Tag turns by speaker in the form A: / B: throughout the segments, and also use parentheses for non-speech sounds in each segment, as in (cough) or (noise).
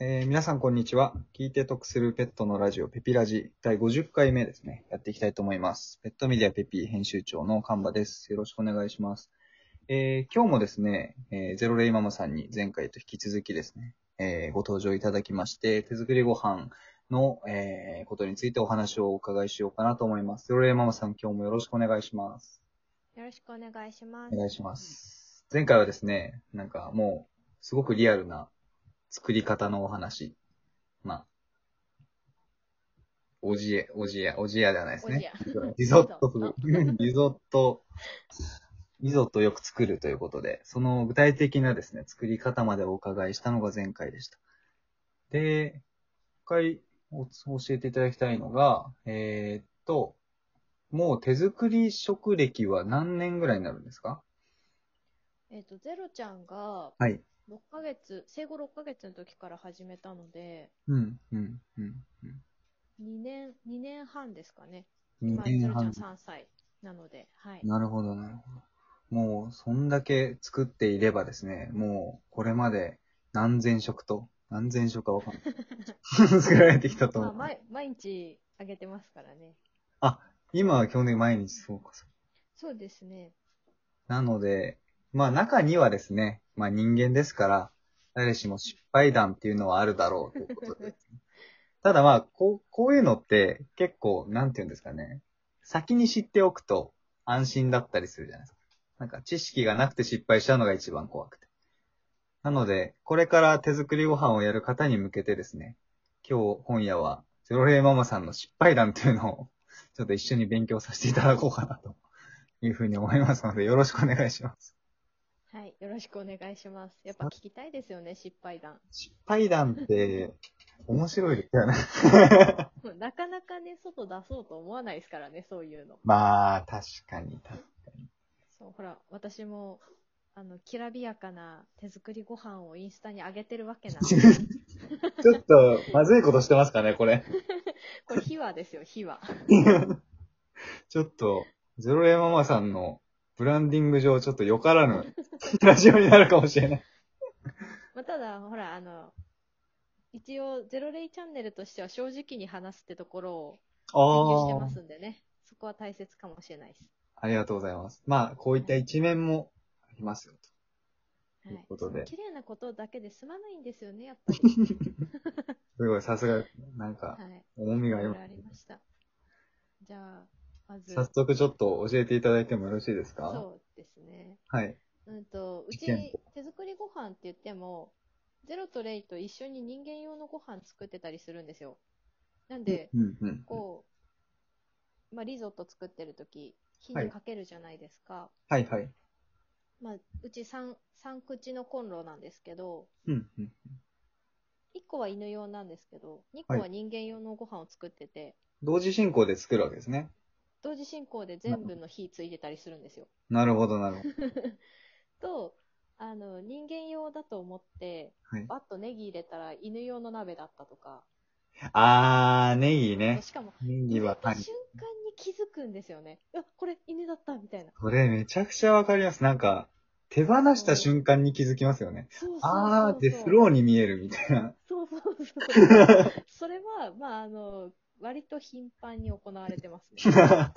A: えー皆さんこんにちは。聞いて得するペットのラジオ、ペピラジ、第50回目ですね。やっていきたいと思います。ペットメディアペピ編集長のカンバです。よろしくお願いします。えー今日もですね、えーゼロレイママさんに前回と引き続きですね、えーご登場いただきまして、手作りご飯の、えーことについてお話をお伺いしようかなと思います。ゼロレイママさん、今日もよろしくお願いします。
B: よろしくお願いしま
A: お
B: す。
A: 願いします。前回はですね、なんかもう、すごくリアルな作り方のお話。まあ、おじえ、おじや、おじやではないですね。リゾット風。 (laughs) リゾット、リゾットをよく作るということで、その具体的なですね、作り方までお伺いしたのが前回でした。で、今回お教えていただきたいのが、えーっと、もう手作り食歴は何年ぐらいになるんですか
B: えっと、ゼロちゃんが
A: はい。
B: 6ヶ月、生後6ヶ月の時から始めたので、
A: うん、うん、うん。
B: 2年、2年半ですかね。
A: 2
B: 今、ゼ
A: 年
B: ロちゃん
A: 半。
B: 3歳なので、はい。
A: なるほど、なるほど。もう、そんだけ作っていればですね、もう、これまで何千食と、何千食かわかん
B: (laughs)
A: ない。作られてきたと
B: ま
A: 思
B: あ、
A: う。
B: 毎毎日あげてますからね。
A: 今は基本的に毎日そうか、そう
B: そうですね。
A: なので、まあ中にはですね、まあ人間ですから、誰しも失敗談っていうのはあるだろうということで。ただまあ、こう、こういうのって結構、なんていうんですかね。先に知っておくと安心だったりするじゃないですか。なんか知識がなくて失敗しちゃうのが一番怖くて。なので、これから手作りご飯をやる方に向けてですね、今日、今夜は、ゼロレイママさんの失敗談というのを、ちょっと一緒に勉強させていただこうかなというふうに思いますので、よろしくお願いします。
B: はい。よろしくお願いします。やっぱ聞きたいですよね、失敗談。
A: 失敗談って、面白いですよね。
B: もうなかなかね、外出そうと思わないですからね、そういうの。
A: (laughs) まあ、確かに。確か
B: そう、ほら、私も、あの、きらびやかな手作りご飯をインスタに上げてるわけなんで、
A: に (laughs) ちょっと、まずいことしてますかね、これ。
B: これ秘話ですよ、秘話。
A: ちょっと、ゼロレイママさんのブランディング上、ちょっとよから (laughs) ぬラジオになるかもしれ (laughs) ない。
B: まあ、ただ、ほら、あの、一応、ゼロレイチャンネルとしては正直に話すってところを研究してますんでね。そこは大切かもしれないです。
A: ありがとうございます。まあ、こういった一面もありますよと。
B: はい。
A: ということで
B: その綺麗なことだけで済まないんですよね、やっ
A: (laughs)
B: ぱり。
A: すごい、さすが、なんか
B: は、
A: 重み
B: い。い
A: があり
B: ろい
A: ま。
B: ろありました。じゃあ、ますず、
A: 早速ちょっと教えていただいてもよろしいですか
B: そうですね。
A: はい。
B: うんと、うち
A: 店舗
B: 手作りご飯って言っても、ゼロとレイと一緒に人間用のご飯作ってたりするんですよ。なんで、
A: うんうん。
B: こう、まあ、リゾット作ってるとき、火
A: はい
B: にかけるじゃないですか。
A: はいはい。
B: まあ、うち三三口のコンロなんですけど、
A: うんうん。
B: 1個は犬用なんですけど、2個
A: はい
B: は人間用のご飯を作ってて、
A: 同時進行で作るわけですね。
B: 同時進行で全部の火ついてたりするんですよ。
A: なるほど、なるほ
B: (laughs)
A: ど。
B: と、あの、人間用だと思って、
A: はい
B: バッとネギ入れたら犬用の鍋だったとか、
A: あー、ネギね。
B: しかも、
A: ネギ
B: 入
A: は
B: れ
A: パ
B: た
A: ン。
B: 瞬間に気づくんですよね。あ、これ犬だったみたいな。
A: これめちゃくちゃわかります。なんか、手放した瞬間に気づきますよね。
B: そうそうそうそう
A: あー、で、スローに見えるみたいな。 (laughs)
B: そうそうそう。それは、まあ、あの、割と頻繁に行われてますね。
A: (laughs)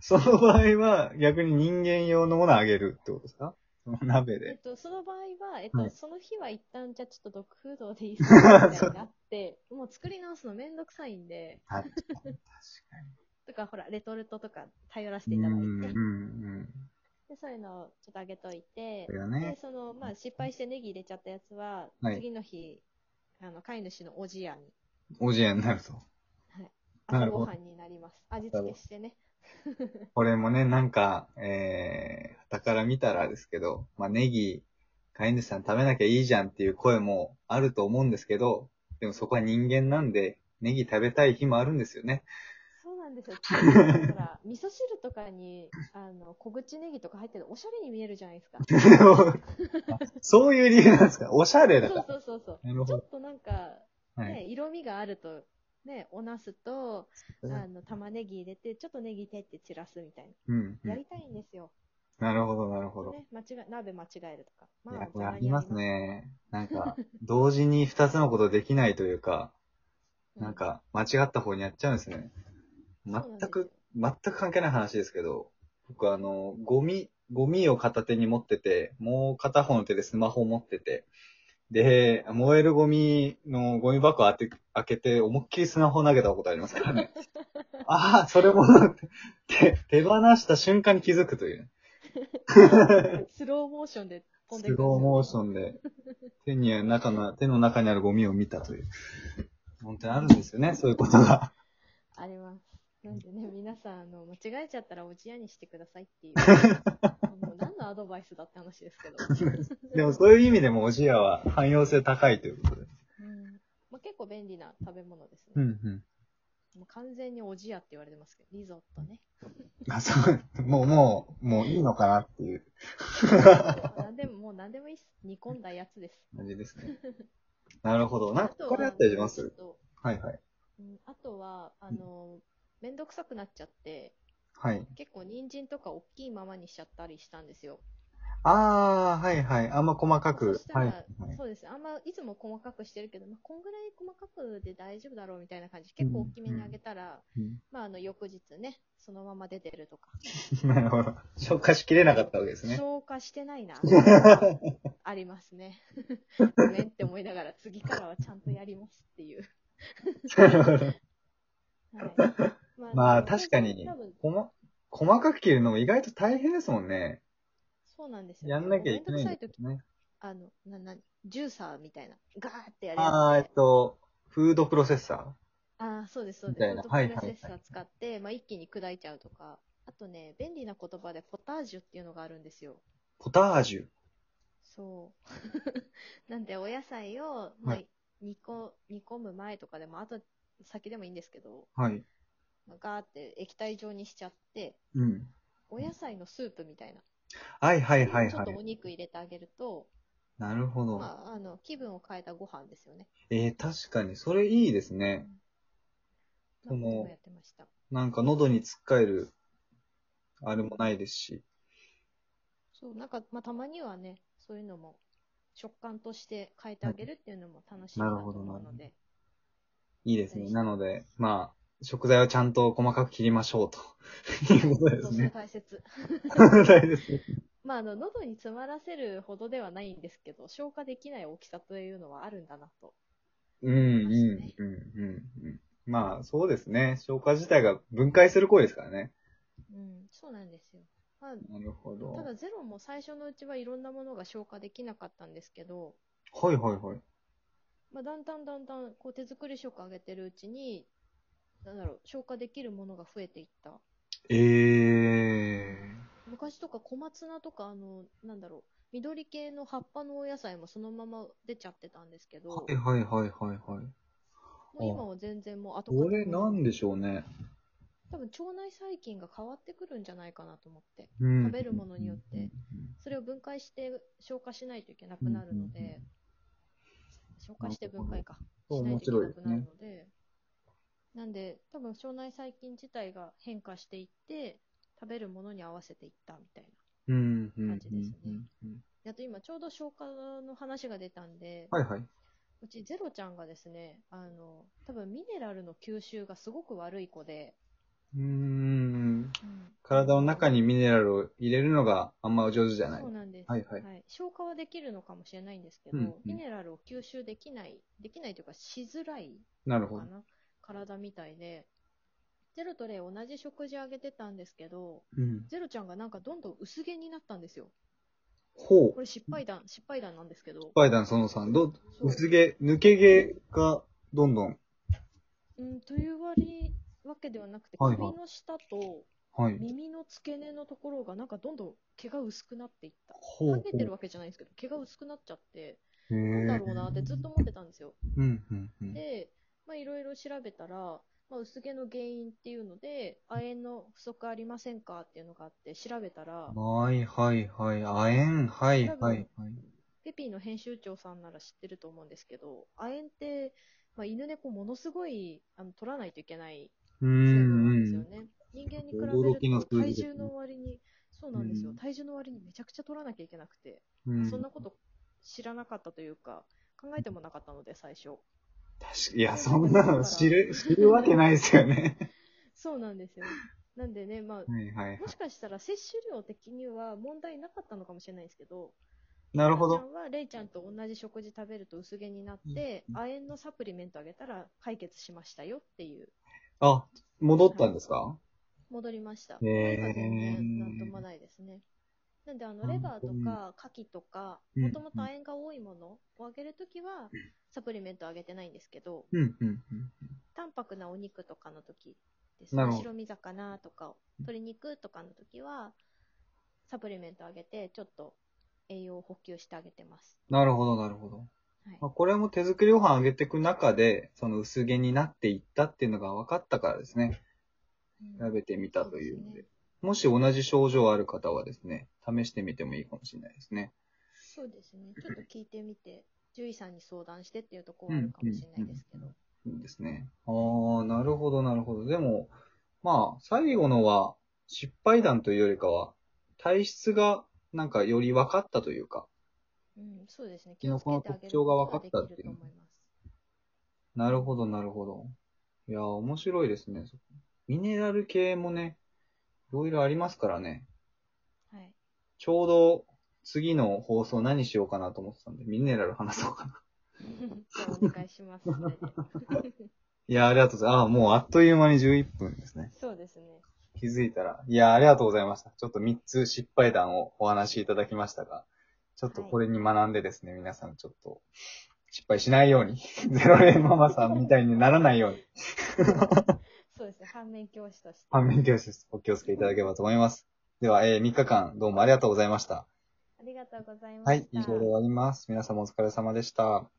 A: その場合は、逆に人間用のものをあげるってことですかその鍋
B: えっ
A: で。
B: と、その場合は、えっと、
A: はい
B: その日は一旦、じゃあちょっとドッグフードでいいっすかみたいにな
A: (laughs)
B: って、もう作り直すのめんどくさいんで、
A: 確かに。確
B: とか、ほら、レトルトとか頼らせ
A: か
B: て
A: に。
B: いた
A: う
B: だい
A: ん、
B: て、
A: うん、
B: でそういうのをちょっとあげといて
A: こ、れは
B: で、
A: ね。
B: その、まあ、失敗してネギ入れちゃったやつは、
A: はい
B: 次の日、あの、飼い主のおじやに、
A: おじやになると。な
B: 朝
A: るほ
B: ご
A: ど
B: 飯になります。味付けしてね。
A: これもね、なんか、えー、傍から見たらですけど、まあ、ネギ、飼い主さん食べなきゃいいじゃんっていう声もあると思うんですけど、でもそこは人間なんで、ネギ食べたい日もあるんですよ
B: (laughs)
A: ね。
B: そうなんですよ。だから、味噌汁と
A: (laughs)
B: かに、あの、小口ネギとか入ってるおしゃれに見えるじゃないですか。
A: あそういう理由なんですかおしゃれだ
B: そ
A: か
B: うそうそうそう。
A: ら。なる
B: ちょ
A: ほど。
B: っとなんか、
A: は
B: ね、
A: い。
B: 色味があると、ね、お茄子と、あの、玉ねぎ入れて、ちょっとネギペって散らすみたい
A: うん、う
B: な。や
A: ん。
B: りたいんですよ。
A: なるほど、なるほど。
B: ね、間違え、鍋間違えるとか。
A: い
B: ま
A: や
B: あ、
A: これあります
B: ざらに
A: ね。なんか、同時に二つのことできないというか、
B: あります。
A: なんか、間違った方にやっちゃうんですね。
B: うん、
A: 全
B: そうなんですよ
A: く、。全く関係ない話ですけど、僕あの、ゴミ、ゴミを片手に持ってて、もう片方の手でスマホを持ってて、で、燃えるゴミのゴミ箱を開け開けて、思いっきりスマホ投げたことありますから
B: (laughs)
A: ね。ああ、それも、手、手放した瞬間に気づくというね。
B: スローモーションで飛んで
A: スローモーショ
B: ン。
A: ンで、手に、中の、手の中にあるゴミを見たという。本当にあるんですよね、そういうことが。
B: あります。なんで
A: (laughs)
B: ね、皆さん、あの、間違えちゃったらおじやにしてくださいっていう。もう何のアドバイスだって話ですけど。
A: でもそういう意味でもおじやは汎用性高いということで。
B: うんまあ、結構便利な食べ物ですね。
A: うんうん。
B: もう完全におじやって言われてますけど、リゾットね。
A: あ、そう、 (laughs) もう、もう、もういいのかなっていう
B: 何でも、もう何でもいいっす。煮込んだやつです。
A: 感じです
B: (laughs)
A: ね。なるほど。な、
B: あとは
A: これあったりしま
B: ちょ
A: す
B: っと
A: はいはい。
B: うんあとは、あの、めんどくさくなっちゃって、
A: はい。
B: 結構人参とか大きいままにしちゃったりしたんですよ。
A: あー、はいはい。あんま細か
B: そ
A: く
B: し。た
A: は
B: ら
A: い。はい
B: そうです。あんま、いつも細かくしてるけど、まあ、こんぐらい細かくで大丈夫だろうみたいな感じ。結構大きめにあげたら、
A: うん
B: まあ、あの、翌日ね、そのまま出てるとか。
A: なるほど。消化しきれなかったわけですね。
B: 消化してな
A: (laughs)
B: いな。ありますね。ごめんって思いながら、次からはちゃんとやりますっていう。
A: なるほど。
B: はい、ま
A: まあ
B: でも
A: 確かに
B: 多分
A: こま、細かく切るのも意外と大変ですもんね。
B: そうなんですよ、
A: やんなきゃいけないん
B: めんど
A: で
B: くさいとき
A: すね。
B: あの、な、な、ジューサーみたいな、ガーってやるやつ
A: あー、えっと、フードプロセッサ
B: ああ、そうです、そう
A: み
B: です。
A: たい
B: フ
A: な
B: ードプロセッサー使って、まあ、一気に砕いちゃうとか、あとね、便利な言葉でポタージュっていうのがあるんですよ。
A: ー、ポタージュ。
B: そう。 (laughs) なんで、お野菜を、まあ
A: は、
B: 煮こ煮込む前とかでも、あと先でもいいんですけど、
A: はい。
B: まあガーって液体状にしちゃって、
A: うん。
B: お野菜のスープみたいな。
A: はいはいはい
B: ちょ
A: は
B: っとお
A: い。
B: 肉入れてあげると、
A: なるほど。
B: まあ、あの、気分を変えたご飯ですよね。
A: えー、確かに、それいいですね。
B: な
A: そ
B: ん
A: の
B: かもやってました。
A: なんか喉に突っかえる、あれもないですし。
B: そう、なんか、まあ、たまにはね、そういうのも、食感として変えてあげるっていうのも楽しいなと思うので。
A: いいですね。
B: はい
A: なので、まあ、食材をちゃんと細かく切りましょう
B: (laughs)
A: と。いうことです
B: そう (laughs) そう、
A: ね。
B: 大切。
A: 大ですね。
B: まあ、あの、喉に詰まらせるほどではないんですけど、消化できない大きさというのはあるんだなと。
A: うん、うん、うん、うん。うんまあ、そうですね。消化自体が分解する行為ですからね。
B: うん、そうなんですよ。まあ、
A: なるほど。
B: た
A: は
B: だ、ゼロも最初のうちはいろんなものが消化できなかったんですけど、
A: いはいはい。
B: まあ、だんだんだんだん、こう、手作り食上げてるうちに、なんだろう、消化できるものが増えていった。
A: ええ
B: 昔とか小松菜とか、あの、なんだろう、緑系の葉っぱのお野菜もそのまま出ちゃってたんですけど、
A: ー。はいはいはいはいはい。
B: もう今は全然もう後
A: こ
B: から
A: れなんでしょうね。
B: 多分腸内細菌が変わってくるんじゃないかなと思って、
A: うん
B: 食べるものによって。それを分解して消化しないといけなくなるので、
A: うんうんうん
B: 消化して分解か、
A: そう
B: しないといけなくなる
A: 面
B: ので、なんで、多分腸内細菌自体が変化していって、食べるものに合わせていったみたいな。
A: うん、うん。
B: 感じですね
A: うんうん
B: であと今ちょうど消化の話が出たんで、
A: はいはい。
B: うちゼロちゃんがですね、あの、多分ミネラルの吸収がすごく悪い子で、
A: うーん。体の中にミネラルを入れるのがあんまお上手じゃない
B: そう。なんです、
A: はいはい
B: 消化はできるのかもしれないんですけど、
A: うんうん
B: ミネラルを吸収できない、できないというかしづらい
A: なる
B: の
A: ほ
B: か
A: ど。
B: な、体みたいで、ゼロとレイ同じ食事あげてたんですけど、
A: うん。
B: ゼロちゃんがなんかどんどん薄毛になったんですよ。
A: ほ
B: こ
A: う。
B: れ失敗談、失敗談なんですけど、
A: バイダンそのさん、ど、
B: そう
A: 薄毛、抜け毛がどんどん。
B: うん、という割わけではなくて、
A: はいはい
B: 首の下と
A: はい。
B: 耳の付け根のところがなんかどんどん毛が薄くなっていった。
A: ほ
B: か
A: う。
B: けてるわけじゃないんですけど、毛が薄くなっちゃって、
A: へー
B: なんだろうなってずっと思ってたんですよ。
A: うん、うん、うん。
B: で、まあ、いろいろ調べたら、まあ、薄毛の原因っていうので、亜鉛の不足ありませんかっていうのがあって、調べたら、
A: はいはいはい。亜鉛、はいはいはい。
B: ペピーの編集長さんなら知ってると思うんですけど、亜鉛って、まあ、犬猫ものすごいあの取らないといけない
A: うん
B: 成分なんです
A: う
B: よ
A: ん。
B: ね。人間に比べると体重の割に、そうなんですよ、
A: うん
B: 体重の割にめちゃくちゃ取らなきゃいけなくて、
A: うん。
B: そんなこと知らなかったというか、考えてもなかったので、最初。
A: 確かいや、そんなの知る、知るわけないですよね。
B: そうなんですよ。なんでね、まあ、
A: はいはいはい
B: も。しかしたら摂取量的には問題なかったのかもしれないですけど、
A: なるほ
B: ちゃ
A: ど。
B: んはレイちゃんと同じ食事食べると薄毛になって、
A: うん
B: 亜鉛のサプリメントあげたら解決しましたよっていう、
A: あ、戻ったんですか
B: 戻りまし
A: へ
B: た。
A: ー
B: なんか全然なんともないですね。なんで、あの、レバーとか、牡蠣とか、
A: うん
B: もともと亜鉛が多いものをあげるときは、サプリメントあげてないんですけど、
A: うん、うん、うん。
B: 淡白なお肉とかの時です
A: な
B: ね
A: るほど
B: 白身魚とか鶏肉とかの時はサプリメントあげてちょっと栄養を補給してあげてます、
A: なるほど、なるほど。
B: はい
A: まあ、これも手作りご飯あげていく中で、その薄毛になっていったっていうのが分かったからですね。
B: う
A: 調
B: ん
A: べてみたというの
B: そ
A: で。
B: うですね
A: もし同じ症状ある方はですね、試してみてもいいかもしれないですね。
B: そうですねちょっと聞いてみて獣医さんに相談してっていうところはあるかもしれないですけど、
A: いいですね。ああ、なるほど、なるほど。でも、まあ、最後のは、失敗談というよりかは、体質が、なんか、より分かったというか、
B: うんそうですね
A: キ
B: 気を
A: ノ
B: つ
A: コの
B: けてあ
A: 特
B: げる
A: 徴が
B: こ
A: 分か
B: とが
A: っ
B: で
A: たって
B: き
A: いう
B: ると思います
A: なるほど、なるほど。いやー、面白いですね。そミネラル系もね、いろいろありますからね。
B: はい
A: ちょうど、次の放送何しようかなと思ってたんで、ミネラル話そうかな。 (laughs)
B: じゃあお願いしますそれで
A: いやー、ありがとうございます。あー、もうあっという間に11分ですね。
B: そうですね
A: 気づいたら。いやー、ありがとうございました。ちょっと3つ失敗談をお話しいただきましたが、ちょっとこれに学んでですね、皆さんちょっと、失敗しないように、 (laughs) ゼロレイママさんみたいにならないように、
B: そうですね反面教師として
A: 反面教師です。お気をつけいただければと思います。では、えー、3日間どうもありがとうございました。
B: ありがとうございました
A: はい、以上で終わります。皆様お疲れ様でした。